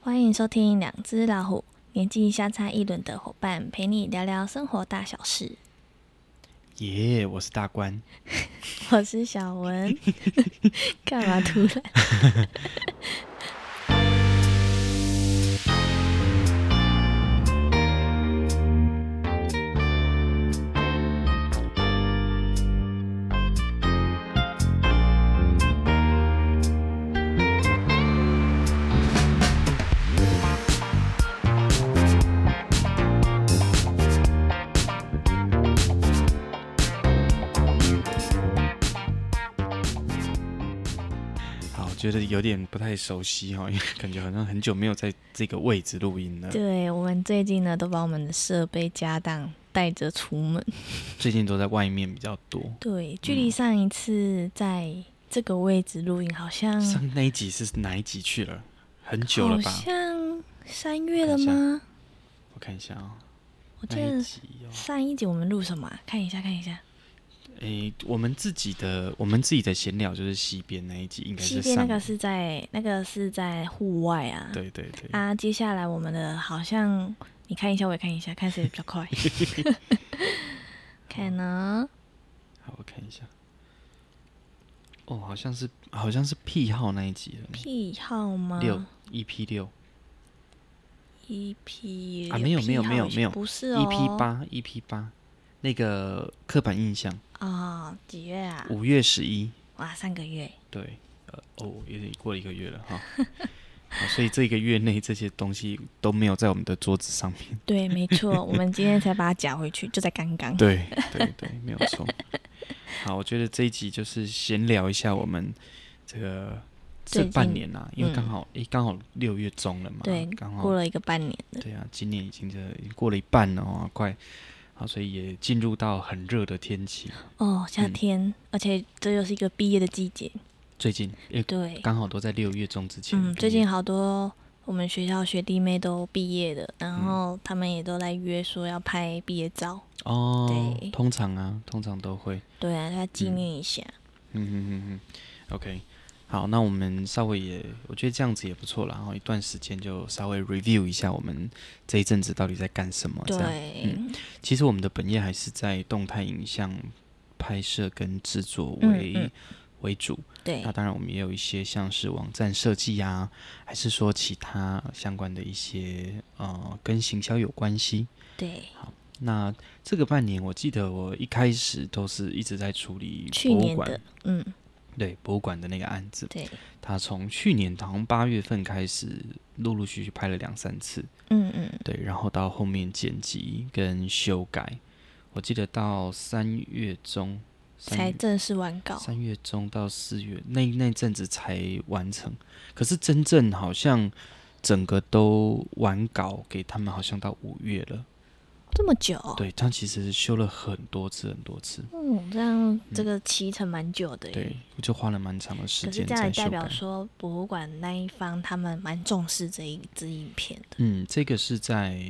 欢迎收听《两只老虎》，年纪相差一轮的伙伴陪你聊聊生活大小事。 耶我是大官。我是小文， 干嘛突然？好，我觉得有点不太熟悉哈、哦，因为感觉好像很久没有在这个位置录音了。对我们最近呢，都把我们的设备家当带着出门。最近都在外面比较多。对，距离上一次在这个位置录音，好像上那一集是哪一集去了？很久了嗯好吧？像三月了吗？我看一下哦，我记那一得集哦，上一集我们录什么啊、看一下，看一下。诶，我们自己的我们自己的闲聊就是西边那一集，应该西是边那上。个是在那个是在户外啊。对对对，啊，接下来我们的好像你看一下，我也看一下，看谁比较 快。看呢，好，我看一下。哦，好像是好像是癖好那一集了，癖好吗？E 六 EP 六 EP 啊没有没有没有没有不是哦。 EP E 八 EP 八那个刻板印象，啊、几月啊？五月十一。哇，上个月。对，呃，哦，也得过了一个月了哈、 好所以这个月内这些东西都没有在我们的桌子上面。对，没 错，我们今天才把它夹回去，就在刚刚。对 对对，没有错。好，我觉得这一集就是闲聊一下我们这个这最近半年啦、因为刚嗯好诶，刚、好六月中了嘛，对刚好过了一个半年了。对啊，今年已经这已经过了一半了哦，快。好，所以也进入到很热的天气。哦，夏嗯天，而且这又是一个毕业的季节。最近也对，刚好都在六月中之前毕业。嗯，最近好多我们学校学弟妹都毕业了，然嗯后他们也都来约说要拍毕业照。哦对，通常啊，通常都会。对啊，要纪念一下。嗯哼哼哼，OK，好，那我们稍微也，我觉得这样子也不错啦。然后一段时间就稍微 review 一下我们这一阵子到底在干什么。这样，对，其实我们的本业还是在动态影像拍摄跟制作嗯为、嗯为主。对那，当然，我们也有一些像是网站设计啊，还是说其他相关的一些呃跟行销有关系。对，那这个半年，我记得我一开始都是一直在处理去博物年馆的，嗯，对博物馆的那个案子，对，他从去年好像八月份开始，陆陆续续拍了两三次，嗯嗯，对，然后到后面剪辑跟修改，我记得到三月中，三才月正式完稿。三月中到四月那那阵子才完成，可是真正好像整个都完稿给他们，好像到五月了，这么久？对，他其实修了很多次很多次，嗯，这样这个期程蛮久的耶。对，我就花了蛮长的时可是间这样也在代修表改。说，博物馆那一方他们蛮重视这一支影片的。嗯，这个是在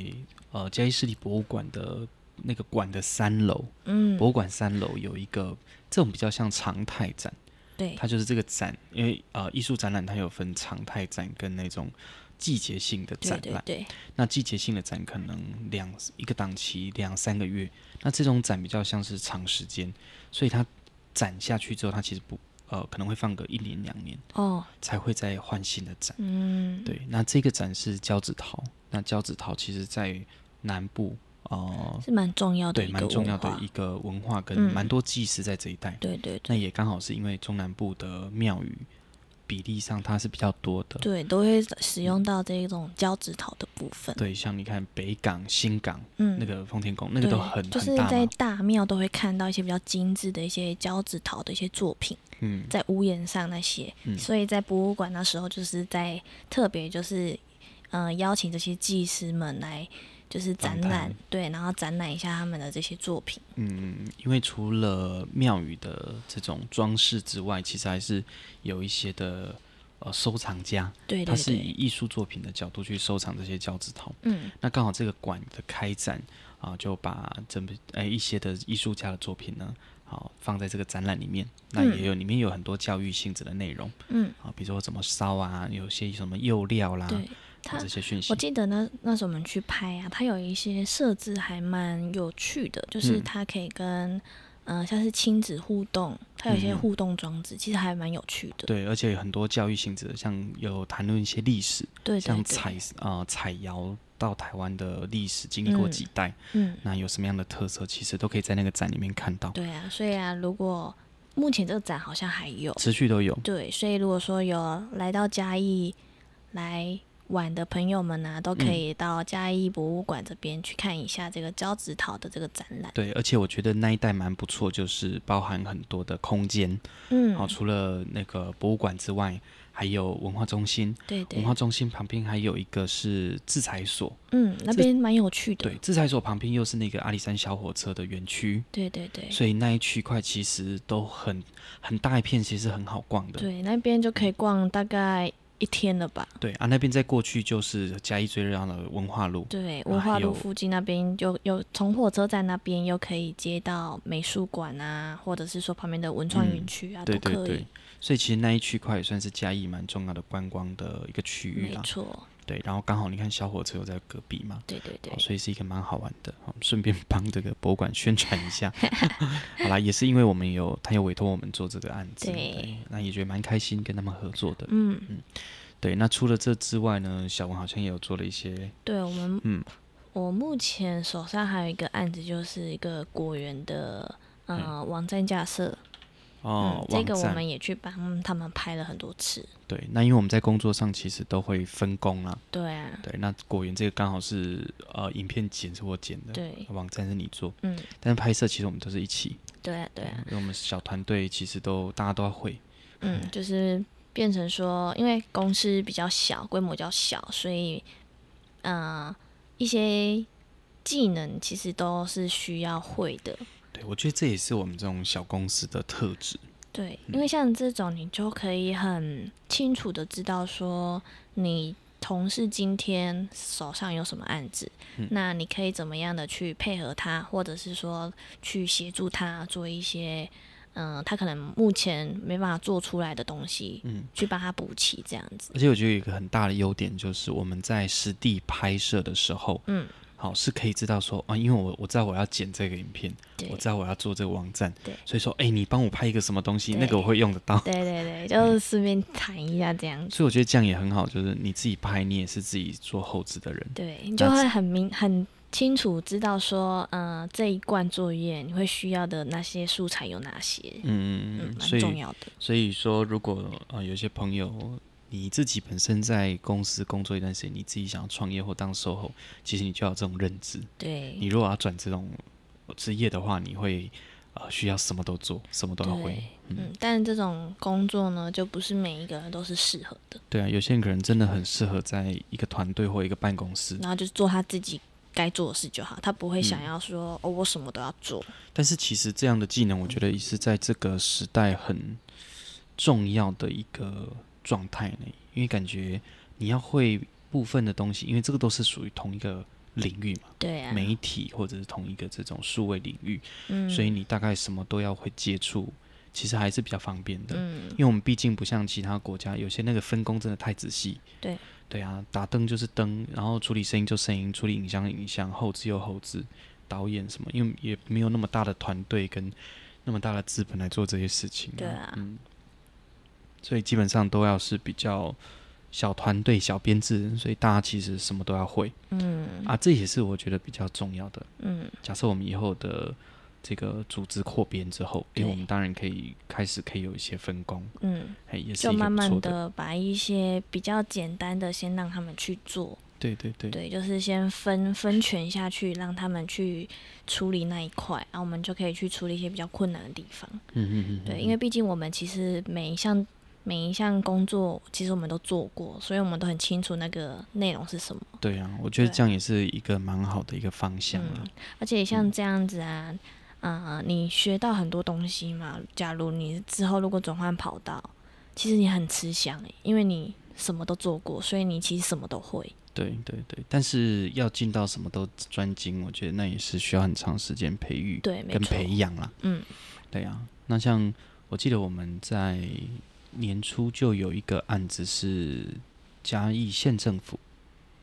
呃嘉义市立博物馆的那个馆的三楼，嗯，博物馆三楼有一个这种比较像常态展，对，它就是这个展，因为呃艺术展览它有分常态展跟那种季节性的对展对览，对，那季节性的展可能两一个档期两三个月，那这种展比较像是长时间，所以它展下去之后，它其实不呃可能会放个一年两年哦，才会再换新的展。嗯，对，那这个展是胶子陶，那胶子陶其实在南部呃，是蛮重要的对，一个蛮重要文的化一个文化，跟嗯蛮多技师在这一带。对对对那也刚好是因为中南部的庙宇比例上它是比较多的，对，都会使用到这一种胶质陶的部分。嗯对，像你看北港、新港嗯，那个奉天宫，那个对都很就是很大在嘛，大庙都会看到一些比较精致的一些胶质陶的一些作品，嗯，在屋檐上那些，嗯所以在博物馆那时候就是在特别就是，呃，邀请这些技师们来就是展访览谈，对，然后展览一下他们的这些作品，嗯，因为除了庙宇的这种装饰之外，其实还是有一些的呃收藏家，对他对是对，以艺术作品的角度去收藏这些胶质陶。嗯，那刚好这个馆的开展啊，就把整部呃一些的艺术家的作品呢，好放在这个展览里面。那嗯也有里面有很多教育性质的内容嗯，啊，比如说怎么烧啊，有些什么釉料啦，对，它这些讯息我。记得那那时候我们去拍啊，它有一些设置还蛮有趣的，就是嗯它可以跟、呃像是亲子互动，它有一些嗯互动装置，其实还蛮有趣的。对，而且很多教育性质的，像有谈论一些历史，对对像对，彩啊彩瑶到台湾的历史经历过嗯几代，嗯，那有什么样的特色，其实都可以在那个展里面看到，对啊，所以啊，如果目前这个展好像还有，持续都有。对，所以如果说有来到嘉义来玩的朋友们呢、啊都可嗯以到嘉义博物馆这边去看一下这个胶质桃的这个展览。对，而且我觉得那一带蛮不错，就是包含很多的空间，嗯，好、除了那个博物馆之外，还有文化中心。对文对化，中心旁边还有一个是制裁所，嗯，那这边蛮有趣的。对，制裁所旁边又是那个阿里山小火车的园区，对对对所以那一区块其实都很很大一片，其实很好逛的。对，那边就可以逛大概一天了吧？对啊，那边再过去就是嘉义最热闹的文化路，对，啊文还化路有附近那边又又从火车站那边又可以接到美术馆啊，或者是说旁边的文创园嗯区啊，对都对可以对。，所以其实那一区块也算是嘉义蛮重要的观光的一个区域没啦。错，对，然后刚好你看小火车又在隔壁嘛，对对对好，哦所以是一个蛮好玩的。好顺便帮这个博物馆宣传一下。 好啦，也是因为我们有他有委托我们做这个案子，对那也觉得蛮开心跟他们合作的。嗯。对，那除了这之外呢，小文好像也有做了一些，对我们，嗯我目前手上还有一个案子，就是一个果园的呃网站架设，嗯哦嗯，，这个网我站们也去帮他们拍了很多次。对，那因为我们在工作上其实都会分工啦，对啊，对，那果园这个刚好是呃，影片剪是我剪的，对，网站是你做，嗯，但是拍摄其实我们都是一起，对啊，对啊，因为我们小团队其实都大家都要会，嗯，就是变成说，因为公司比较小，规模比较小，所以呃一些技能其实都是需要会的。对我觉得这也是我们这种小公司的特质，对，嗯因为像这种，你就可以很清楚的知道说，你同事今天手上有什么案子，嗯那你可以怎么样的去配合他，或者是说去协助他做一些，嗯、他可能目前没办法做出来的东西，嗯，去帮他补齐这样子。而且我觉得有一个很大的优点就是我们在实地拍摄的时候，嗯，好是可以知道说啊，因为我我知道我要剪这个影片，对我，知道我要做这个网站，对所以说哎、你帮我拍一个什么东西，对那个我会用得到。对对对，嗯就是顺便谈一下这样子。所以我觉得这样也很好，就是你自己拍，你也是自己做后置的人。对，你就会很明很清楚知道说，呃，这一罐作业你会需要的那些素材有哪些。嗯嗯嗯，嗯，蛮所重以要的。所以说，如果呃有些朋友你自己本身在公司工作一段时间，你自己想要创业或当售后，其实你就要有这种认知。你对，如果要转这种职业的话，你会呃需要什么都做，什么都要会对。嗯，但这种工作呢，就不是每一个人都是适合的，对啊，有些人可能真的很适合在一个团队或一个办公室，然后就做他自己该做的事就好，他不会嗯想要说、哦，我什么都要做。但是其实这样的技能，我觉得也是在这个时代很重要的一个状态呢，因为感觉你要会部分的东西，因为这个都是属于同一个领域嘛，对啊，媒体或者是同一个这种数位领域，嗯，所以你大概什么都要会接触，其实还是比较方便的。嗯，因为我们毕竟不像其他国家，有些那个分工真的太仔细。对，对啊，打灯就是灯，然后处理声音就声音，处理影像影像，后置又后置，导演什么，因为也没有那么大的团队跟那么大的资本来做这些事情、对啊嗯，所以基本上都要是比较小团队、小编制，所以大家其实什么都要会嗯啊，这也是我觉得比较重要的。嗯，假设我们以后的这个组织扩编之后，因为对我们当然可以开始可以有一些分工。嗯，哎，也是就一个慢不慢错的，的把一些比较简单的先让他们去做，对对对，对，就是先分分权下去，让他们去处理那一块，然后我们就可以去处理一些比较困难的地方。嗯嗯嗯，对，嗯因为毕竟我们其实每一项每一项工作，其实我们都做过，所以我们都很清楚那个内容是什么。对啊，我觉得对这样也是一个蛮好的一个方向啊嗯。，而且像这样子啊，呃，你学到很多东西嘛。假如你之后如果转换跑道，其实你很吃香、欸，因为你什么都做过，所以你其实什么都会。对对对，但是要进到什么都专精，我觉得那也是需要很长时间培育对，没跟错。培养啦。嗯，对啊，那像我记得我们在年初就有一个案子是嘉义县政府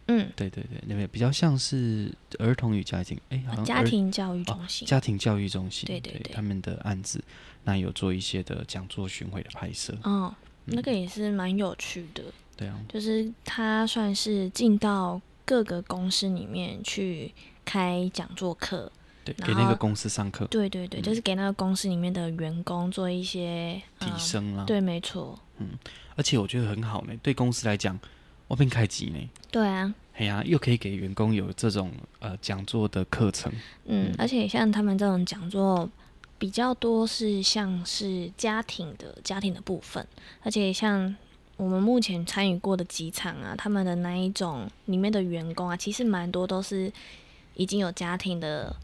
嗯，对对对，那边比较像是儿童与家庭，哎，好像啊家儿庭教育中心，哦家庭教育中心，对对对他们的案子，那有做一些的讲座巡回的拍摄，嗯，嗯那个也是蛮有趣的，对啊，就是他算是进到各个公司里面去开讲座课，对，然给那后个公司上课对对对，嗯就是给那个公司里面的员工做一些提、升啦呃，对，没错，而且我觉得很好呢，对公司来讲，外面开机呢，对啊，哎呀、又可以给员工有这种呃讲座的课程，嗯，嗯而且像他们这种讲座比较多是像是家庭的家庭的部分，而且像我们目前参与过的几场啊，他们的那一种里面的员工啊，其实蛮多都是已经有家庭的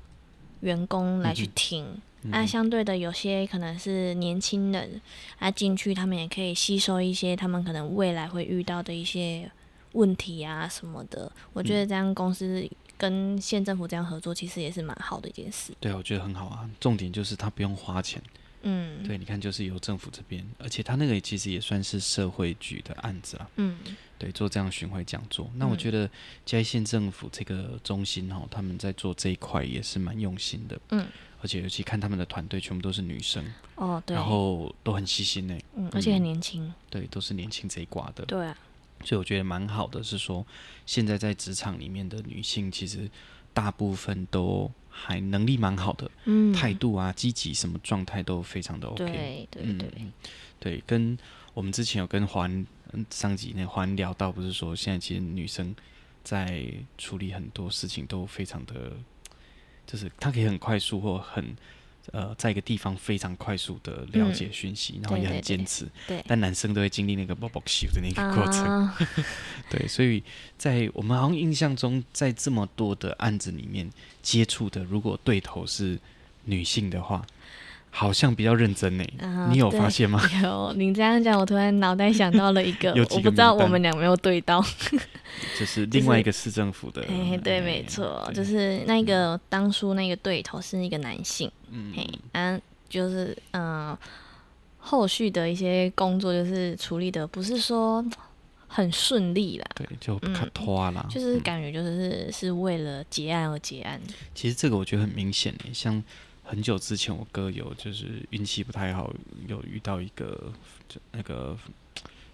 员工来去嗯哼听。嗯啊，相对的，有些可能是年轻人，啊进去他们也可以吸收一些他们可能未来会遇到的一些问题啊什么的。我嗯觉得这样公司跟县政府这样合作，其实也是蛮好的一件事。对啊，我觉得很好啊，重点就是他不用花钱，嗯，，对，你看就是由政府这边，而且他那个其实也算是社会局的案子啦，嗯对，做这样巡回讲座。那我嗯觉得嘉义县政府这个中心哈、他们在做这一块也是蛮用心的，嗯，而且尤其看他们的团队全部都是女生，哦对，然后都很细心呢，嗯，而且很嗯年轻，对，都是年轻这一挂的，对啊，所以我觉得蛮好的，是说现在在职场里面的女性其实大部分都还能力蛮好的，嗯，态度啊、积极什么状态都非常的 OK，对对嗯对，嗯对，跟我们之前有跟环嗯上集那环聊到，不是说现在其实女生在处理很多事情都非常的，就是她可以很快速或很呃在一个地方非常快速的了解讯息，然嗯后对对也很对坚持。对但男生都会经历那个 b o b o 的那个过程。啊，对，所以在我们好像印象中，在这么多的案子里面接触的，如果对头是女性的话，好像比较认真呢、啊你有对发 现吗？，有你这样讲，我突然脑袋想到了一个 有我几不个知道名我单们俩没有对到，就是另外一个市政府的，嘿，对，没哎错，对就是那个当初那个对头是一个男性，嗯嘿，啊，就是嗯、呃后续的一些工作就是处理的不是说很顺利啦，对，就嗯卡拖啦。就是感觉就是是为了结案而结案，其实这个我觉得很明显诶、像很久之前我哥有就是运气不太好，有遇到一个就那个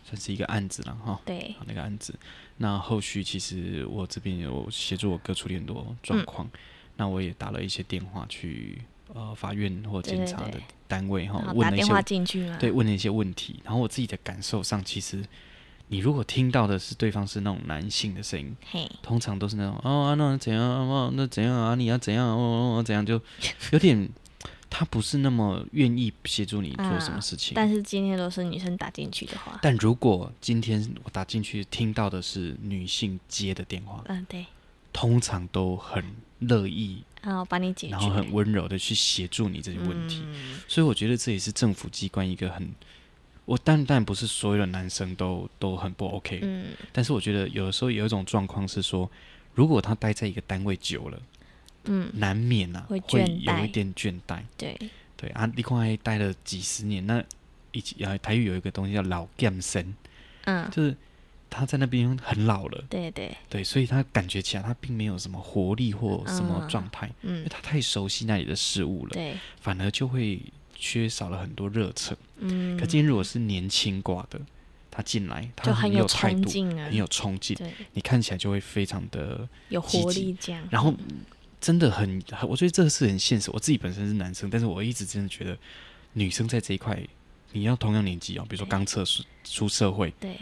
算是一个案子了哈。对，啊那个案子。那后续其实我这边有协助我哥处理很多嗯状况，那我也打了一些电话去呃法院或对检对察对的单位哈然，后问打了一电话些进去嘛，对问了一些问题，然后我自己的感受上，其实你如果听到的是对方是那种男性的声音，嘿，通常都是那种哦啊那怎样啊哦那怎样啊你要怎样哦哦哦怎 样就有点。他不是那么愿意协助你做什么啊事情，但是今天都是女生打进去的话，但如果今天我打进去听到的是女性接的电话，嗯，对，通常都很乐意，然后把你解决，然后很温柔的去协助你这些问题。嗯所以我觉得这也是政府机关一个很，我但但不是所有的男生都都很不 OK，、嗯，但是我觉得有的时候有一种状况是说，如果他待在一个单位久了，嗯，难免啊会会倦有一怠点倦怠。对，对啊，你看还待了几十年，那以及啊台语有一个东西叫老干生，嗯，就是他在那边很老了，对对，对，所以他感觉起来他并没有什么活力或什么嗯状态，因为嗯，他太熟悉那里的事物了，对，反而就会缺少了很多热忱。嗯，可今天如果是年轻挂的，他进来他就很有态冲度，劲啊，很有冲劲，对，你看起来就会非常的，有积活极力这样。然后真的很，我觉得这个是很现实。我自己本身是男生，但是我一直真的觉得女生在这一块。你要同样年纪哦，比如说对刚出出社会，对，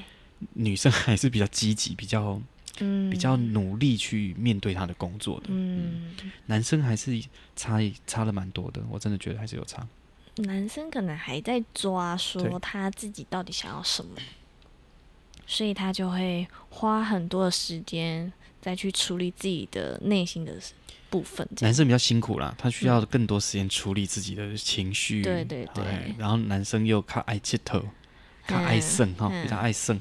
女生还是比较积极、比较嗯，比较努力去面对他的工作的。嗯，男生还是差异差了蛮多的，我真的觉得还是有差。男生可能还在抓对说他自己到底想要什么，所以他就会花很多的时间再去处理自己的内心的部分，这男样生比较辛苦啦，他需要更多时间处理自己的情绪。对对对哎然后男生又靠爱切头，靠爱胜哈，嗯比较爱胜，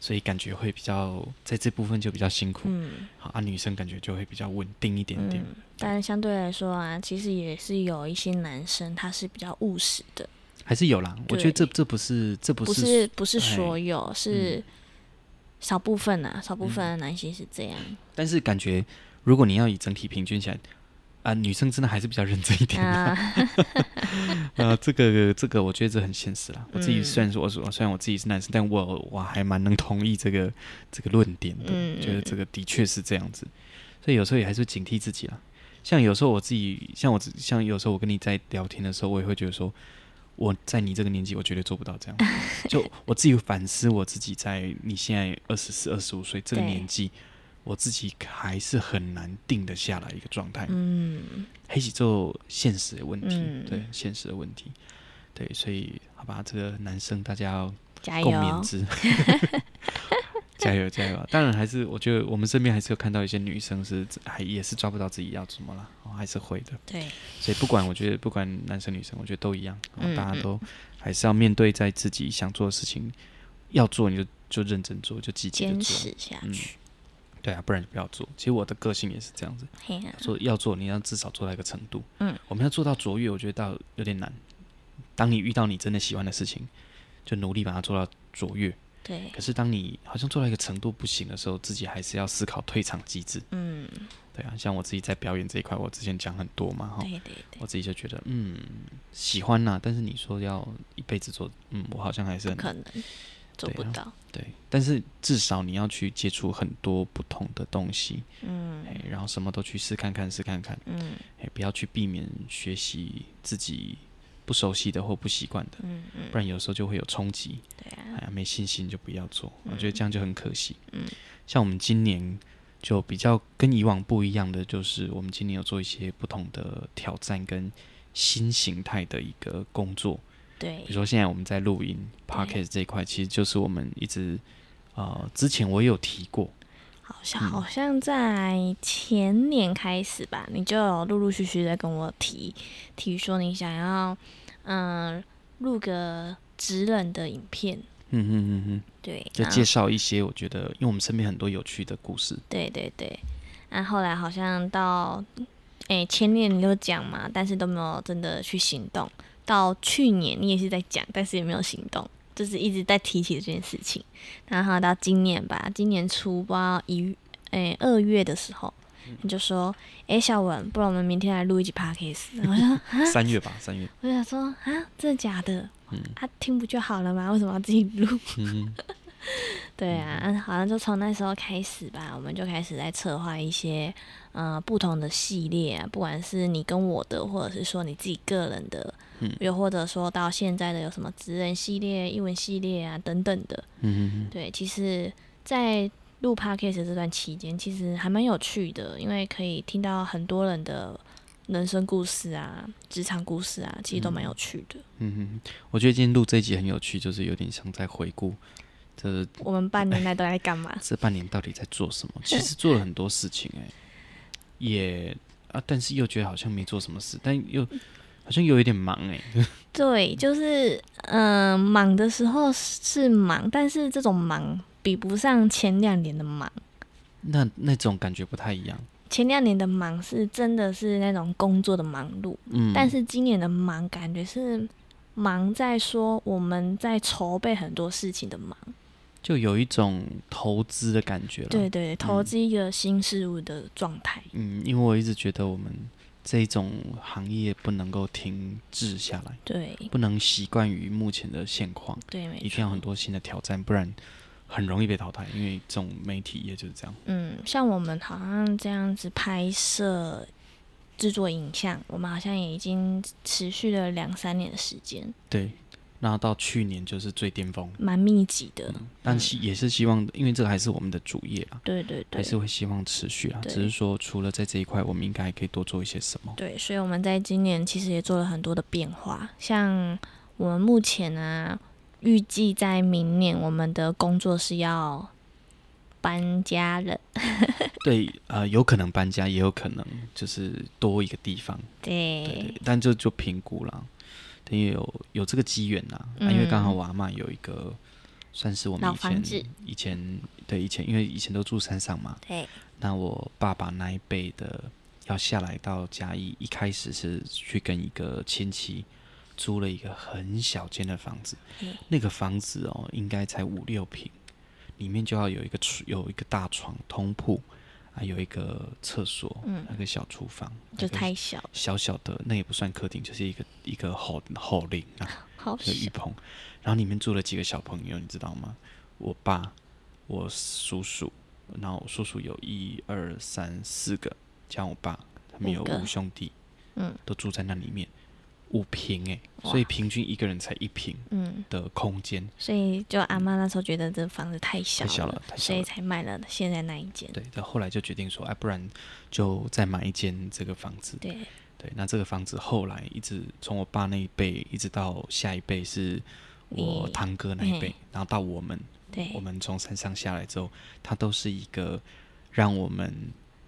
所以感觉会比较在这部分就比较辛苦。嗯好啊，女生感觉就会比较稳定一点点。嗯，但相对来说啊，其实也是有一些男生他是比较务实的，还是有啦，我对觉得这这不是这不不是是不是哎嗯所有，是少部分啊，少部分的男性是这 样。但是感觉如果你要以整体平均起来，啊、女生真的还是比较认真一点的。啊，呃，这个这个，我觉得这很现实啦。我自己嗯虽然说，我说虽然我自己是男生，但我我还蛮能同意这个这个论点的，嗯觉得嗯这个的确是这样子。所以有时候也还是警惕自己啦。像有时候我自己，像我自像有时候我跟你在聊天的时候，我也会觉得说，我在你这个年纪，我绝对做不 到这样。就我自己反思我自己，在你现在二十四、二十五岁这个对年纪，我自己还是很难定得下来一个状态。嗯，黑起做现实的问题，嗯对现实的问题，对，所以好吧，这个男生大家要加共勉油，之， 加油加油啊！当然还是我觉得我们身边还是有看到一些女生是还也是抓不到自己要什么啦，哦，还是会的，对，所以不管我觉得不管男生女生，我觉得都一样，哦嗯大家嗯都还是要面对在自己想做的事情，要做你就就认真做，就积极的坚做，持下嗯去。对啊，不然就不要做。其实我的个性也是这样子。嘿啊，做要做，你要至少做到一个程度。嗯，我们要做到卓越，我觉得到有点难。当你遇到你真的喜欢的事情，就努力把它做到卓越。对，可是当你好像做到一个程度不行的时候，自己还是要思考退场机制。嗯，对啊，像我自己在表演这一块，我之前讲很多嘛，哈，对对对，我自己就觉得，嗯，喜欢呐、但是你说要一辈子做，嗯，我好像还不是很可能做不对啊到。对。但是至少你要去接触很多不同的东西，嗯哎，然后什么都去试看看，试看看。嗯哎，不要去避免学习自己不熟悉的或不习惯的，嗯嗯，不然有时候就会有冲击。对哎啊，呀，没信心就不要做，我嗯觉得这样就很可惜。嗯，像我们今年就比较跟以往不一样的，就是我们今年有做一些不同的挑战跟新形态的一个工作，对比如，说现在我们在录音 podcast 这一块，其实就是我们一直。呃，之前我也有提过，好像嗯好像在前年开始吧，你就有陆陆续续的跟我提提说你想要嗯录个职人的影片，嗯嗯嗯嗯，对，就然后介绍一些我觉得，因为我们身边很多有趣的故事，对对对，那、后来好像到哎前年你就讲嘛，但是都没有真的去行动。到去年你也是在讲，但是也没有行动，就是一直在提起这件事情。然后到今年吧，今年初不知道一哎二月的时候，你就说哎小文，不然我们明天来录一集 podcast。我说三月吧，三月，我想说啊，真的假的？嗯啊，听不就好了吗？为什么要自己录？嗯， 对啊，嗯好像就从那时候开始吧，我们就开始在策划一些呃不同的系列、啊，不管是你跟我的，或者是说你自己个人的，嗯又或者说到现在的有什么职人系列、英文系列啊等等的。嗯，对，其实，在录 podcast 这段期间，其实还蛮有趣的，因为可以听到很多人的人生故事啊、职场故事啊，其实都蛮有趣的。嗯哼，我觉得今天录这一集很有趣，就是有点像在回顾这我们半年来都在干嘛？这半年到底在做什么。其 实做了很多事情、哎，也啊，但是又觉得好像没做什么事，但又好像又有一点忙、哎，对，就是嗯、呃忙的时候是忙，但是这种忙比不上前两年的忙。那那种感觉不太一样。前两年的忙是真的是那种工作的忙碌，嗯，但是今年的忙感觉是忙在说我们在筹备很多事情的忙。就有一种投资的感觉了。对，对，投资一个新事物的状态。嗯，因为我一直觉得我们这种行业不能够停滞下来，对不能习惯于目前的现况。对，没一定要错很。多新的挑战，不然很容易被淘汰。因为这种媒体业就是这样。嗯，像我们好像这样子拍摄、制作影像，我们好像也已经持续了两三年的时间。对，那到去年就是最巅峰，蛮密集的，但希也是希望，因为这个还是我们的主业啊，对对对还，是会希望持续啊。对只是说，除了在这一块，我们应该还可以多做一些什么。对，所以我们在今年其实也做了很多的变化，像我们目前呢、预计在明年我们的工作是要搬家了，对，呃，有可能搬家，也有可能就是多一个地方。对对对，但就就评估啦，等于有有这个机缘啦、啊，因为刚好嗯我阿嬷有一个。算是我们老以房前子以前对以前，因为以前都住山上嘛，对那我爸爸那一辈的要下来到嘉义，一开始是去跟一个亲戚租了一个很小间的房子嗯，那个房子哦，应该才五六平，里面就要有一个厨有一个大床通铺啊，有一个厕所，嗯那个小厨房，就那个太小，小小的，那也不算客厅，就是一个一个后后林啊，好就浴小，棚，然后里面住了几个小朋友，你知道吗？我爸，我叔叔，然后我叔叔有一二三四个，加我爸，他们五有个五兄弟，嗯都住在那里面，五平诶、所以平均一个人才一平嗯，的空间，所以就阿妈那时候觉得这房子太小太了，小了，太小所了以。才卖了现在那一间。对，但后来就决定说，哎、不然就再买一间这个房子。对，对，那这个房子后来一直从我爸那一辈一直到下一辈是我你堂哥那一辈嘿，然后到我们，对我们从山上下来之后，它都是一个让我们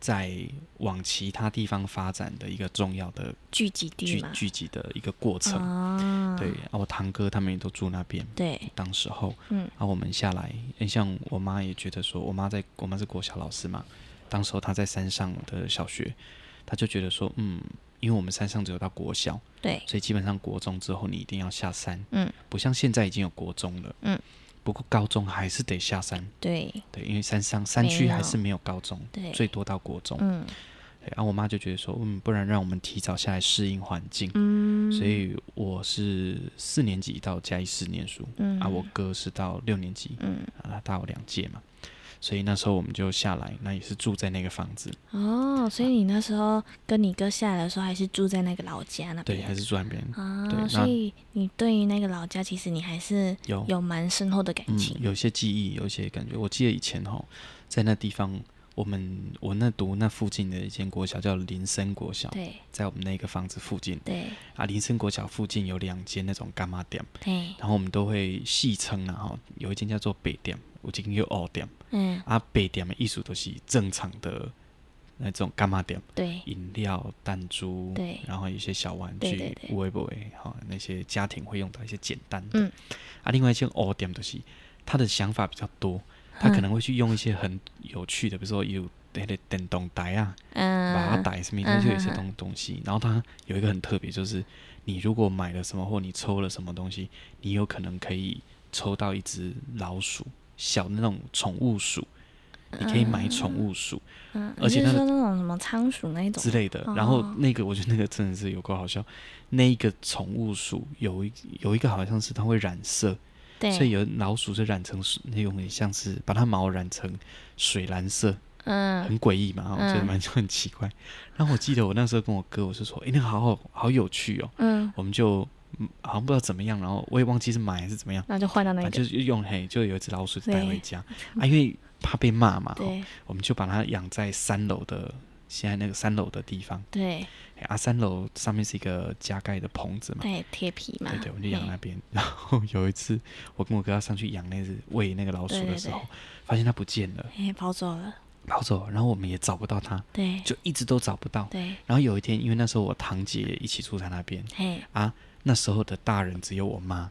在往其他地方发展的一个重要的聚集地聚嘛，聚集的一个过程。啊，对，啊，我堂哥他们也都住那边。对，当时候，嗯，啊，我们下来，诶像我妈也觉得说，我妈在我妈是国小老师嘛，当时候她在山上的小学，她就觉得说，嗯，因为我们山上只有到国小，对，所以基本上国中之后你一定要下山，嗯，不像现在已经有国中了，嗯，不过高中还是得下山，对，对，因为山上山区没有还是没有高中，对最多到国中，嗯对，啊，我妈就觉得说，嗯，不然让我们提早下来适应环境，嗯，所以我是四年级到嘉义市念书，嗯啊，我哥是到六年级，嗯啊，他大我两届嘛，所以那时候我们就下来，那也是住在那个房子，哦，啊所以你那时候跟你哥下来的时候，还是住在那个老家那边，对，还是住那边，对啊，那哦所以你对于那个老家，其实你还是有有蛮深厚的感嗯，情。有一些记忆，有一些感觉。我记得以前哈，在那地方，我们我那读那附近的一间国小叫林森国小，对在我们那个房子附近对啊，林森国小附近有两间那种干妈店，对，然后我们都会戏称啊哈，有一间叫做北店，有一间叫二店。嗯，啊，北点的艺术都是正常的那种干嘛点，对饮料、弹珠，对然后一些小玩对具对，对微博哈，那些家庭会用到一些简单的。嗯啊，另外一些欧点都是他的想法比较多，嗯他可能会去用一些很有趣的，比如说有那个电动台啊、马嗯，台什嗯么，那些有一些嗯嗯东东西。然后他有一个很特别，就是你如果买了什么或你抽了什么东西，你有可能可以抽到一只老鼠，小那种宠物鼠。你可以买宠物鼠嗯，而且你那是个说那种什么仓鼠那一种之类的哦，然后那个我 觉得那个真的是有够好笑。那一个宠物鼠有一有一个好像是它会染色，对，所以有老鼠是染成水那种很像是把它毛染成水蓝色，嗯很诡异嘛，我觉得嗯蛮 很奇怪。然后我记得我那时候跟我哥我是说，诶，那个好好好有趣哦，嗯，我们就嗯好像不知道怎么样，然后我也忘记是买还是怎么样，那就换到那反个正就是用嘿就有一只老鼠带回对 家啊，因为怕被骂嘛，吼对我们就把它养在三楼的现在那个三楼的地方，对哎啊，三楼上面是一个加盖的棚子嘛，对嗯贴皮嘛，哎对对，我们就养嘿那边。 然后有一次，我跟我哥要上去养那只喂那个老鼠对的对时对候，发现它不见了，哎，跑走了，跑走了，然后我们也找不到它，对就一直都找不到。对，然后有一天，因为那时候我堂姐也一起住在那边，嘿，啊那时候的大人只有我妈，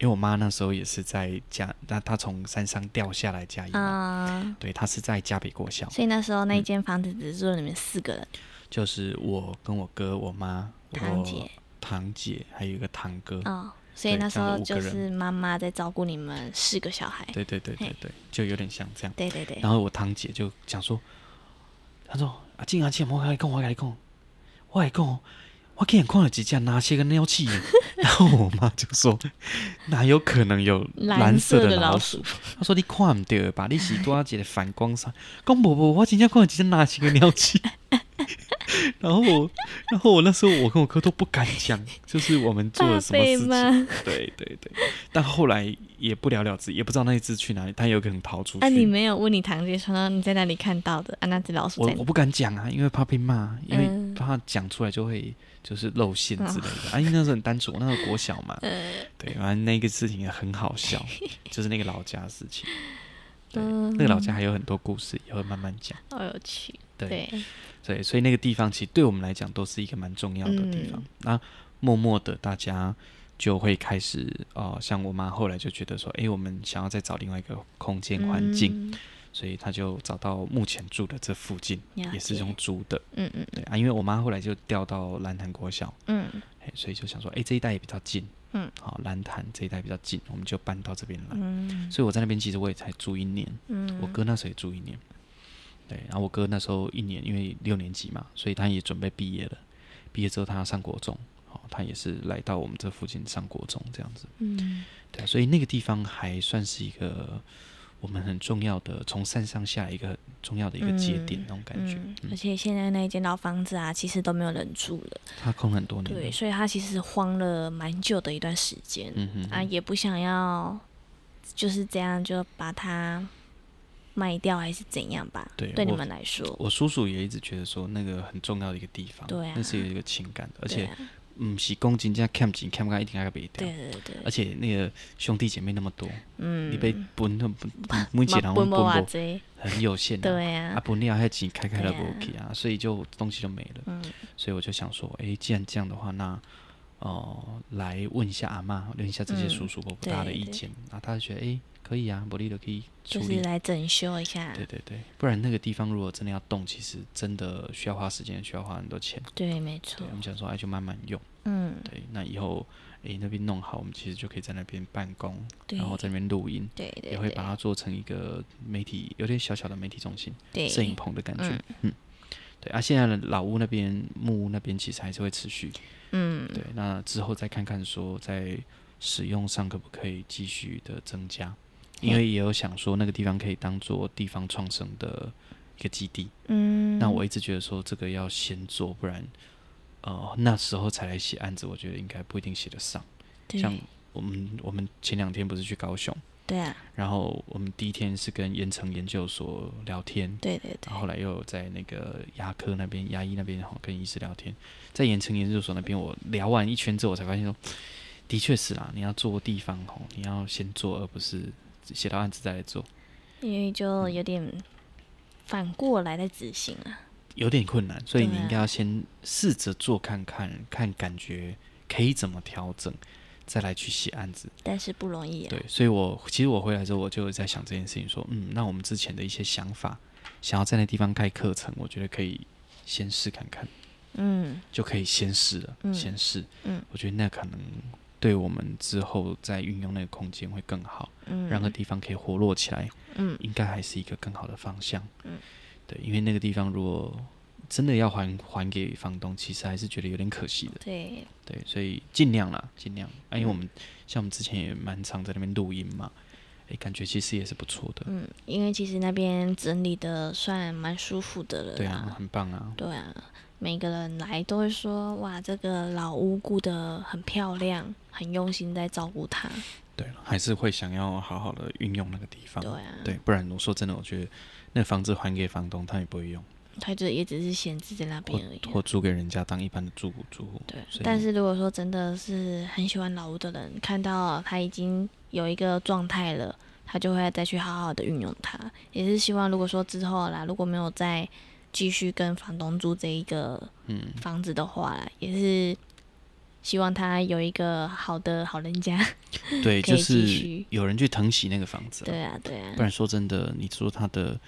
因为我妈那时候也是在家，那她从山上掉下来家里嘛，啊，对，她是在嘉北国小，所以那时候那嗯间房子只住了你们四个人，就是我跟我哥、我妈、堂我姐堂姐，还有一个堂哥。哦，所以嗯对那时这样候五就个人是妈妈在照顾你们四个小孩。对对对对嘿对，就有点像这样。对对对，然后我堂姐就讲说，她说：“啊，静啊静，我跟你讲，我跟你讲，我跟你讲，我竟然看到几只拿些个尿气 耶。”然后我妈就说：“哪有可能有蓝色色的老老鼠？”，她说：“你看唔到吧？你是多一个反光伞。”讲不不，我真正看到几只拿些个尿气。然后我，然后我那时候我跟我哥都不敢讲，就是我们做爸了什么贝 事情。吗？对对对，但后来也不了了之，也不知道那一只去哪里，它有可能逃出去。啊，你没有问你堂姐说你在哪里看到的？啊，那只老鼠我在我哪？不敢讲啊，因为怕被骂，因为嗯怕讲出来就会就是露馅之类 的。啊，因为那时候很单纯，我那时候国小嘛，嗯对，反正那个事情也很好笑，就是那个老家的事情。对，嗯那个老家还有很多故事，也会慢慢讲。好哦有趣。对，对，对，所以那个地方其实对我们来讲都是一个蛮重要的地方嗯。那、默默的大家就会开哎始，呃，像我妈后来就觉得说，诶，我们想要再找另外一个空间环境，嗯所以他就找到目前住的这附近，了也是解用租的，嗯嗯对啊，因为我妈后来就调到蓝潭国小，嗯嘿所以就想说，哎，这一带也比较近，嗯，好，蓝潭这一带比较近，我们就搬到这边来。嗯所以我在那边其实我也才住一年，嗯，我哥那时候也住一年，对，然后我哥那时候一年，因为六年级嘛，所以他也准备毕业了。毕业之后他要上国中，哦，他也是来到我们这附近上国中这样子，嗯对啊、所以那个地方还算是一个我们很重要的，从山上下来一个很重要的一个节点、嗯那种感觉。嗯，而且现在那一间老房子啊，其实都没有人住了，他空很多年了，对，所以他其实荒了蛮久的一段时间，嗯哼啊，哼，也不想要就是这样就把它卖掉还是怎样吧？对对你我们来说，我叔叔也一直觉得说那个很重要的一个地方，对啊那是有一个情感的，而对且啊嗯，是公斤加 cam 斤 cam 一定要被掉对。对对，而且那个兄弟姐妹那么多，嗯，呃你被分分 每一个人分分分这，很有限、啊，对呀、啊，分了还钱开开了对啊不去啊，所以就东西就没了。嗯所以我就想说，诶，既然这样的话，那哦、呃来问一下阿妈，问一下这些嗯叔叔伯伯对大家的意对见，啊，他就觉得诶，可以啊，伯利的可以处就是理。来整修一下，对对对，不然那个地方如果真的要动，其实真的需要花时间，需要花很多钱。对，没错对，，我们想说，哎，就慢慢用。嗯，对，那以后诶那边弄好，我们其实就可以在那边办公，对，然后在那边录音。对对也会对把它做成一个媒体，有点小小的媒体中心，对摄影棚的感觉。嗯对啊，现在的老屋那边、木屋那边其实还是会持续。嗯对，那之后再看看说在使用上可不可以继续的增加，因为也有想说那个地方可以当做地方创生的一个基地。嗯，那我一直觉得说这个要先做，不然呃那时候才来写案子，我觉得应该不一定写得上。对像我们我们前两天不是去高雄。对啊，然后我们第一天是跟盐城研究所聊天，对对对然后，后来又有在那个牙科那边、牙医那边哈跟医师聊天，在盐城研究所那边，我聊完一圈之后，我才发现说，的确是啦，你要做地方吼，你要先做，而不是写到案子再来做，因为就有点反过来在执行啊，有点困难，所以你对啊应该要先试着做看看，看感觉可以怎么调整，再来去写案子。但是不容易啊，对，所以我其实我回来之后，我就有在想这件事情，说，嗯，那我们之前的一些想法，想要在那地方开课程，我觉得可以先试看看，嗯就可以先试了，嗯先试，嗯，我觉得那可能对我们之后再运用那个空间会更好，嗯，让那地方可以活络起来，嗯应该还是一个更好的方向，嗯，对，因为那个地方如果真的要还还给房东，其实还是觉得有点可惜的，对，对，所以尽量啦，尽量。啊，因为我嗯们像我们之前也蛮常在那边录音嘛，哎，感觉其实也是不错的。嗯，因为其实那边整理的算蛮舒服的了啦，对啊，很棒啊。对啊，每个人来都会说哇，这个老屋顾得很漂亮，很用心在照顾它。对了，还是会想要好好的运用那个地方。对啊，对，不然我说真的，我觉得那房子还给房东，他也不会用，他就也只是闲置在那或边而已啊。或租给人家当一般的住住户。对啊所以，但是如果说真的是很喜欢老屋的人，看到他已经有一个状态了，他就会再去好好的运用它。也是希望，如果说之后啦，如果没有再继续跟房东租这一个嗯，房子的话啦，也是希望他有一个好的好人家。对，可以就继是续有人去疼惜那个房子啊、对啊，对啊不，然说真的，你说他的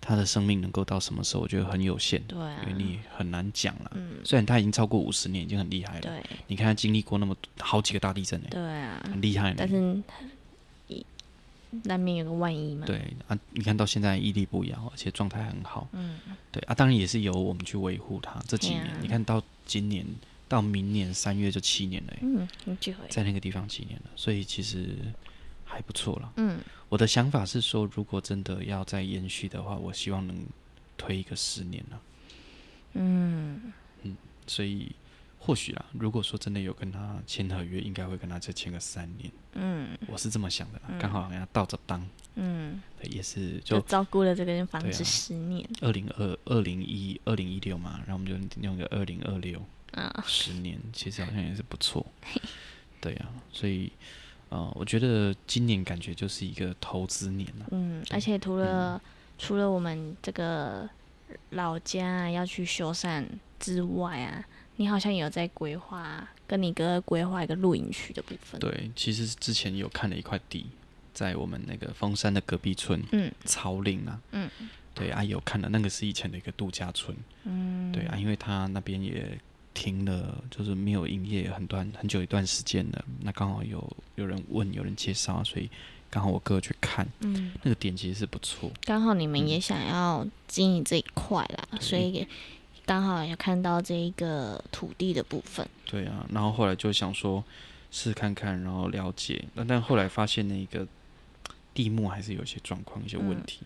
他的生命能够到什么时候，我觉得很有限，对啊因为，你很难讲啦。嗯，虽然他已经超过五十年，已经很厉害了。哎嗯对你看他经历过那么多好几个大地震呢、对啊，很厉害呢。但是一难免有个万一嘛。，对啊，你看到现在屹立不摇，而且状态很好。嗯，对啊，当然也是由我们去维护它。这几对啊年，你看到今年到明年三月就七年了、欸，嗯，很聚会，在那个地方七年了，所以其实还不错啦。嗯我的想法是说，如果真的要再延续的话，我希望能推一个十年了。嗯，所以或许啦，如果说真的有跟他签合约，应该会跟他再签个三年。嗯我是这么想的啦，嗯刚好好像倒着当，嗯，对也是就就照顾了这个房对子啊十年二零二二零一二零一六嘛，然后我们就用个二零二六啊，十年，其实好像也是不 错。对啊，所以呃，我觉得今年感觉就是一个投资年啊了、嗯，而且除了除了我们这个老家啊要去修缮之外啊，你好像有在规划，跟你哥规划一个露营区的部分。，对，其实之前有看了一块地，在我们那个峰山的隔壁村嗯草岭啊，嗯，对啊，有看到那个是以前的一个度假村，嗯，对啊，因为他那边也停了，就是没有营业很段很久一段时间了。那刚好有有人问，有人介绍，所以刚好我哥去看嗯，那个点，其实是不错。刚好你们嗯也想要经营这一块啦，所以也刚好也看到这一个土地的部分。对啊，然后后来就想说试看看，然后了解，那但后来发现那个地目还是有一些状况，一些问嗯题，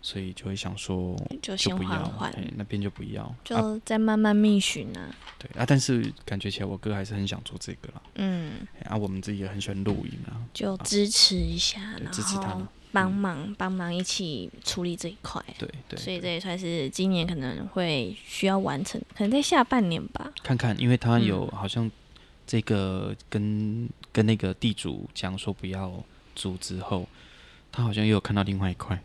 所以就会想说就就先不缓要，缓，哎，那边就不要。啊、就再慢慢觅寻啊。对啊，但是感觉起来我哥还是很想做这个啦。嗯，哎啊，我们自己也很喜欢露营啊，嗯就支持一下，对啊然支持他后啦帮忙帮忙一起处理这一块。啊对对。所以对这也算是今年可能会需要完成，可能在下半年吧。看看，因为他嗯有好像这个跟跟那个地主讲说不要租之后，他好像也有看到另外一块，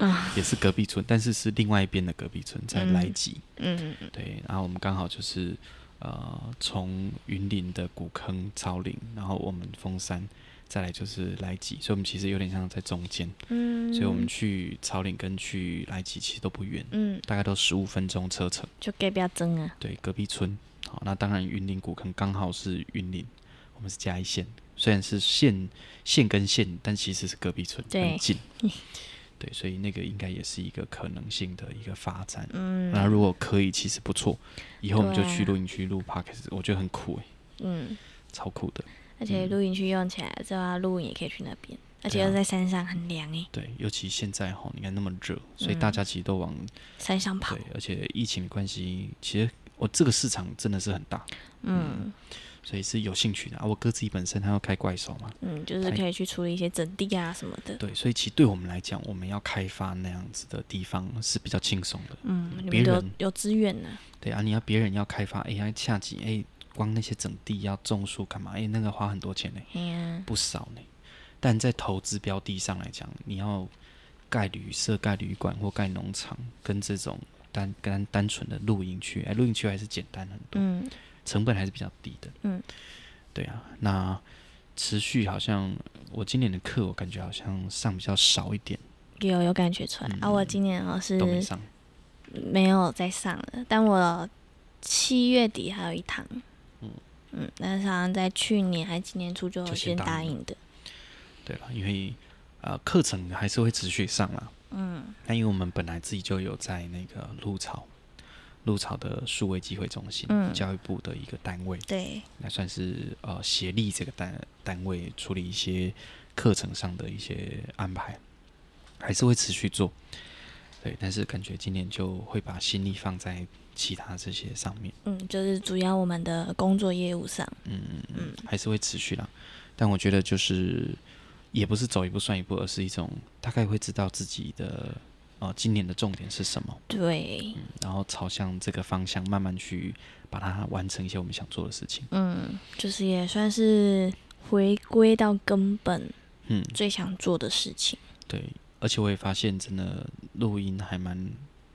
啊 也是隔壁村，但是是另外一边的隔壁村，在嗯莱吉。嗯嗯对，然后我们刚好就是呃从云林的古坑、草岭，然后我们峰山，再来就是莱吉，所以我们其实有点像在中间，嗯，所以我们去草岭跟去莱吉其实都不远，嗯大概都十五分钟车程。就该不要争啊。对，隔壁村。好，那当然云林古坑刚好是云林，我们是嘉义县，虽然是县县跟县，但其实是隔壁村，很对 近。对，所以那个应该也是一个可能性的一个发展。嗯，那啊如果可以，其实不错。以后我们就对啊去露营区录 podcast，我觉得很酷诶，欸嗯，超酷的。而且嗯露营区用起来，这要露营也可以去那边，而且对啊又在山上很凉欸诶，对，尤其现在吼，你看那么热，所以大嗯家其实都往、山上跑对，，而且疫情的关系，其实我这个市场真的是很大，嗯所以是有兴趣的啊。我哥自己本身他要开怪手嘛，嗯，就是可以去处理一些整地啊什么的。对，所以其实对我们来讲，我们要开发那样子的地方是比较轻松的。嗯，你别们都有人有资源呢。对啊，你要别人要开发 AI 恰吉，哎，光那些整地要种树干嘛？哎，那个花很多钱呢，哎呀，不少呢。但在投资标的上来讲，你要盖旅社、盖旅馆或盖农场，跟这种单单单纯的露营区，哎，露营区还是简单很多，嗯成本还是比较低的。嗯，对啊，那持续好像我今年的课，我感觉好像上比较少一点，有有感觉出来啊！嗯我今年哦是都没上。没有再上了，但我七月底还有一堂。嗯嗯嗯，但是好像在去年还今年初就就先先答答应应的。对了，因为呃课程还是会持续上啦。嗯那因为我们本来自己就有在那个鹿草，鹿草的数位机会中心，嗯教育部的一个单位，对，那算是呃协力这个单单位处理一些课程上的一些安排，还是会持续做。对，但是感觉今年就会把心力放在其他这些上面，嗯，就是主要我们的工作业务上，嗯嗯嗯嗯，还是会持续啦。但我觉得就是也不是走一步算一步，而是一种大概会知道自己的呃今年的重点是什么，对，嗯然后朝向这个方向慢慢去把它完成一些我们想做的事情。嗯，就是也算是回归到根本嗯，最想做的事情。对。而且我也发现，真的录音还蛮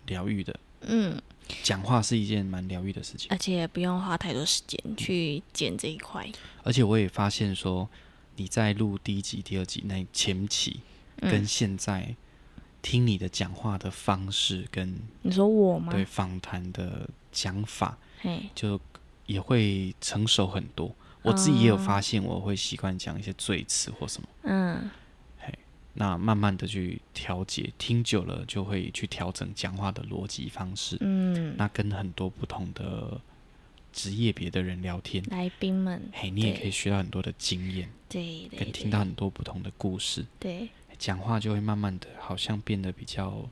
疗愈的，嗯，讲话是一件蛮疗愈的事情。而且也不用花太多时间去剪这一块，而且我也发现说，你在录第一集、第二集那前期跟嗯、现在听你的讲话的方式跟你说我吗？对访谈的讲法，嘿，就也会成熟很多。我自己也有啊发现，我会习惯讲一些赘词或什么，嗯那慢慢的去调节，听久了就会去调整讲话的逻辑方式。嗯，那跟很多不同的职业别的人聊天，来宾们，嘿，你也对可以学到很多的经验，对对跟对，听到很多不同的故事，对，讲话就会慢慢的好像变得比较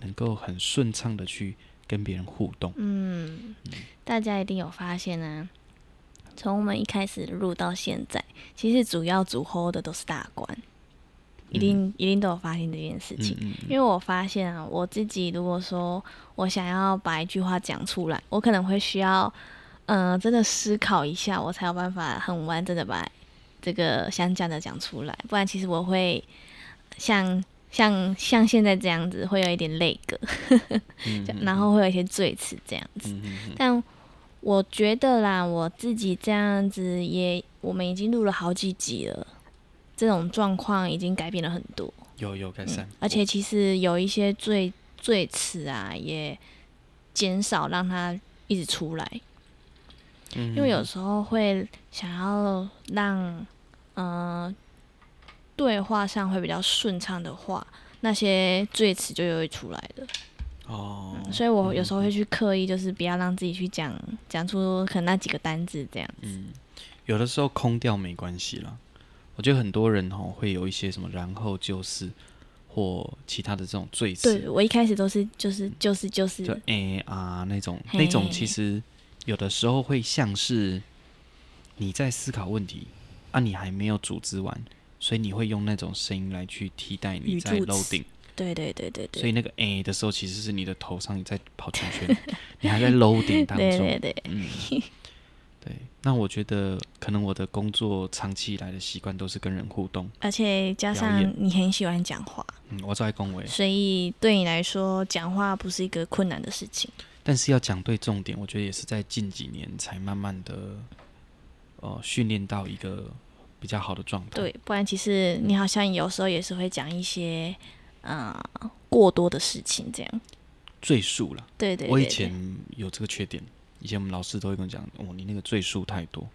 能够很顺畅的去跟别人互动。嗯，大家一定有发现啊，从我们一开始录到现在，其实主要主 hold 的都是大关，一定、一定都有发现这件事情。嗯嗯，因为我发现啊，我自己如果说我想要把一句话讲出来，我可能会需要，嗯、真的思考一下，我才有办法很完整的把这个想讲的讲出来，不然其实我会像像像现在这样子，会有一点累格，嗯就嗯然后会有一些赘词这样子。嗯嗯但我觉得啦，我自己这样子也，我们已经录了好几集了，这种状况已经改变了很多，有有改嗯善，而且其实有一些罪罪词啊，也减少让它一直出来，因因嗯为有时候会想要让嗯、呃对话上会比较顺畅的话，那些罪词就又会出来的。哦，所以我有时候会去刻意，就是不要让自己去讲讲出可能那几个单字这样子。有的时候空掉没关系啦。我觉得很多人吼会有一些什么然后就是或其他的这种罪对词，我一开始都是就是嗯就是就是就哎啊那种嗯嘿那种，其实有的时候会像是你在思考问题啊，你还没有组织完，所以你会用那种声音来去替代你语在助词 loading。对对对对所对，以那个 A 的时候，其实是你的头上在跑圈圈，你还在 loading 当对中。对对，嗯，对。那我觉得可能我的工作长期以来的习惯都是跟人互动，而且加表上演你很喜欢讲话，嗯，我在恭维，所以对你来说讲话不是一个困难的事情。但是要讲对重点，我觉得也是在近几年才慢慢的，呃，训练到一个比较好的状态。对，，不然其实你好像有时候也是会讲一些呃过多的事情这样。赘述了。对对对我以对前有这个缺点，以前我们老师都会跟我讲，哦，你那个赘述太多。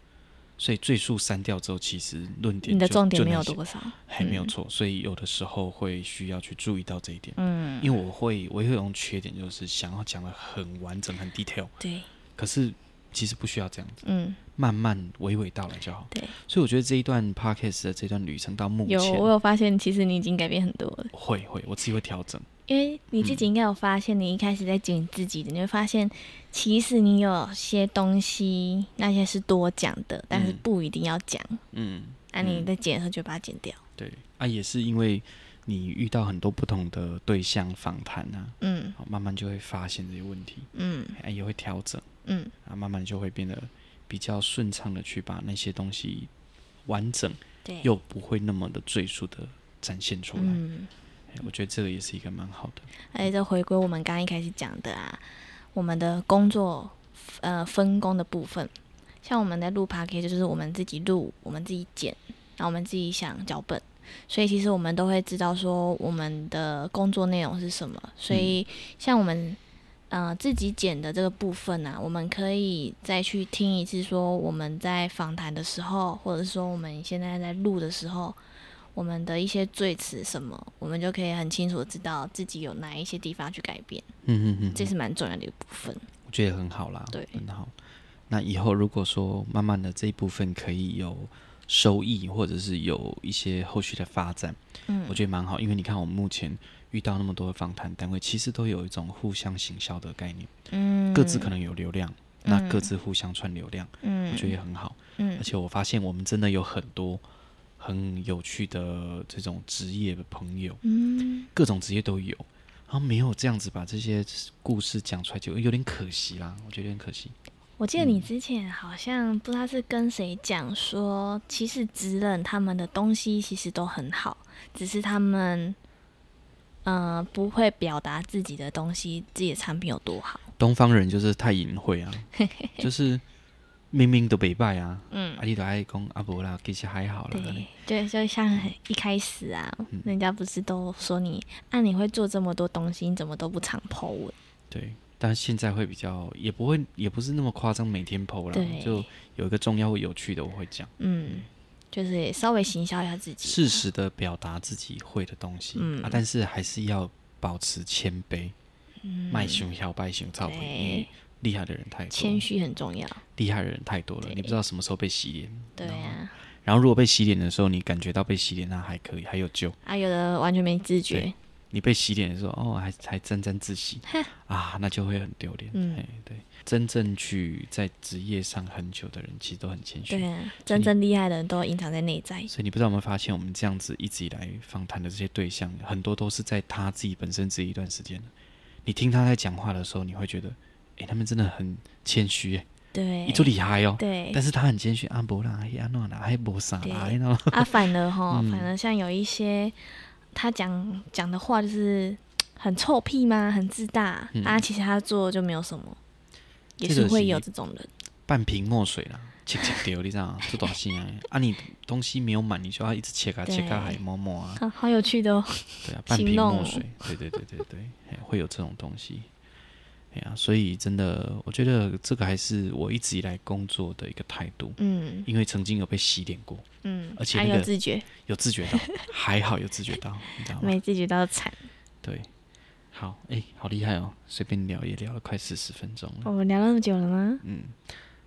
所以赘述删掉之后，其实论点你的就重点就没那有些多少，还没有嗯错，所以有的时候会需要去注意到这一点。嗯，因为我会，我会有种缺点，就是想要讲的很完整、很 detail，对，可是其实不需要这样子，嗯，慢慢娓娓道来就好。对，所以我觉得这一段 podcast 的这段旅程到目有前，我有发现，其实你已经改变很多了。会会我自己会调整，因为你自己应该有发现，你一开始在讲你自己的，你会发现，其实你有些东西那些是多讲的，但是嗯不一定要讲。嗯，那、你在剪的时候就把它剪掉。对啊，也是因为你遇到很多不同的对象访谈啊，嗯好慢慢就会发现这些问题，嗯哎、也会调整嗯，啊，慢慢就会变得比较顺畅的去把那些东西完整。对，又不会那么的赘述的展现出来、嗯，哎我觉得这个也是一个蛮好的。而且这回归我们刚刚一开始讲的啊，我们的工作呃分工的部分，像我们在录 p a c k a g e 就是我们自己录，我们自己剪，然后我们自己想脚本，所以其实我们都会知道说我们的工作内容是什么。所以像我们呃自己剪的这个部分呢、啊，我们可以再去听一次，说我们在访谈的时候，或者说我们现在在录的时候。我们的一些罪词什么，我们就可以很清楚地知道自己有哪一些地方去改变，嗯嗯嗯，这是蛮重要的一个部分。我觉得很好啦，对很好。那以后如果说慢慢的这一部分可以有收益，或者是有一些后续的发展，嗯我觉得蛮好。因为你看，我们目前遇到那么多的访谈单位，其实都有一种互相行销的概念，嗯，各自可能有流量，那各自互相串流量，嗯，我觉得也很好。嗯而且我发现我们真的有很多很有趣的这种职业的朋友，嗯各种职业都有，然后没有这样子把这些故事讲出来，就有点可惜啦。我觉得有点可惜。我记得嗯你之前好像不知道是跟谁讲说，其实职人他们的东西其实都很好，只是他们呃不会表达自己的东西，自己的产品有多好。东方人就是太隐晦 啊，就是明明都北拜啊，嗯阿，弟都爱讲阿伯啦，其实还好啦。对，对，就像很一开始啊，嗯人家不是都说你，啊，你会做这么多东西，你怎么都不常 po 文？对，但现在会比较，也不会，也不是那么夸张，每天剖啦，对就有一个重要或有趣的我会讲，嗯，就是稍微行销一下自己。适时的表达自己会的东西、嗯啊，但是还是要保持谦卑，嗯卖熊小白熊草本，因为对，厉害的人太多，谦虚很重要。厉害的人太多了，对你不知道什么时候被洗脸。对啊，然后如果被洗脸的时候，你感觉到被洗脸，那还可以，还有救。啊，有的完全没自觉对。你被洗脸的时候，哦，还还沾沾自喜啊，那就会很丢脸。嗯哎，对，真正去在职业上很久的人，其实都很谦虚。对啊，真正厉害的人都隐藏在内在。所以你不知道有没有发现，我们这样子一直以来访谈的这些对象，很多都是在他自己本身这一段时间的。你听他在讲话的时候，你会觉得，哎，他们真的很谦虚，哎对你，做厉害哦。对但是他很谦虚，啊，无啦，啊那啦，还无啥啦，对那咯。啊，反而 哈，嗯反而像有一些他讲讲的话就是很臭屁嘛，很自大嗯啊，其实他做就没有什么，也这是个是会一有这种人。半瓶墨水啦，切切掉，你知道吗？这大声的啊，你东西没有满，你就要一直切啊切啊，还摸摸啊，好好有趣的哦。对啊，半行瓶动墨水，对对对对对，哎会有这种东西。哎呀、所以真的，我觉得这个还是我一直以来工作的一个态度，嗯因为曾经有被洗脸过，嗯，而且还那有个自觉，有自觉到，还好有自觉到，你知道吗？没自觉到惨。对，好，哎、好厉害哦，随便聊也聊了快四十分钟了。我们聊那么久了吗？嗯，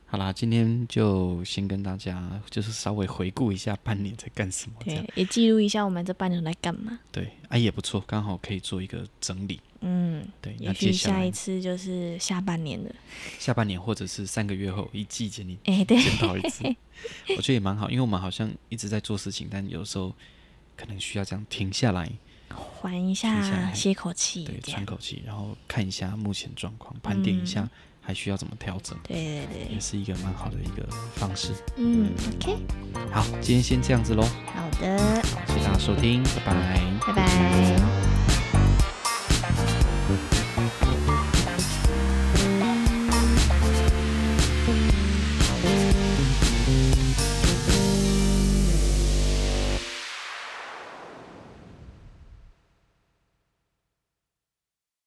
好啦，今天就先跟大家就是稍微回顾一下半年在干什么，这样对，也记录一下我们这半年来干嘛。对，啊也不错，刚好可以做一个整理。嗯，对，那也接许下下一来次就是下半年的。下半年或者是三个月后一季检你哎、对，检讨一次，我觉得也蛮好，因为我们好像一直在做事情，但有时候可能需要这样停下来，缓一停下下，来歇口气对，，这喘样。口气，然后看一下目前状况，盘点一下还需要怎么调整，对对对也，是一个蛮好的一个方式。嗯，OK，好，今天先这样子喽，好的，谢谢大家收听，拜拜。拜拜。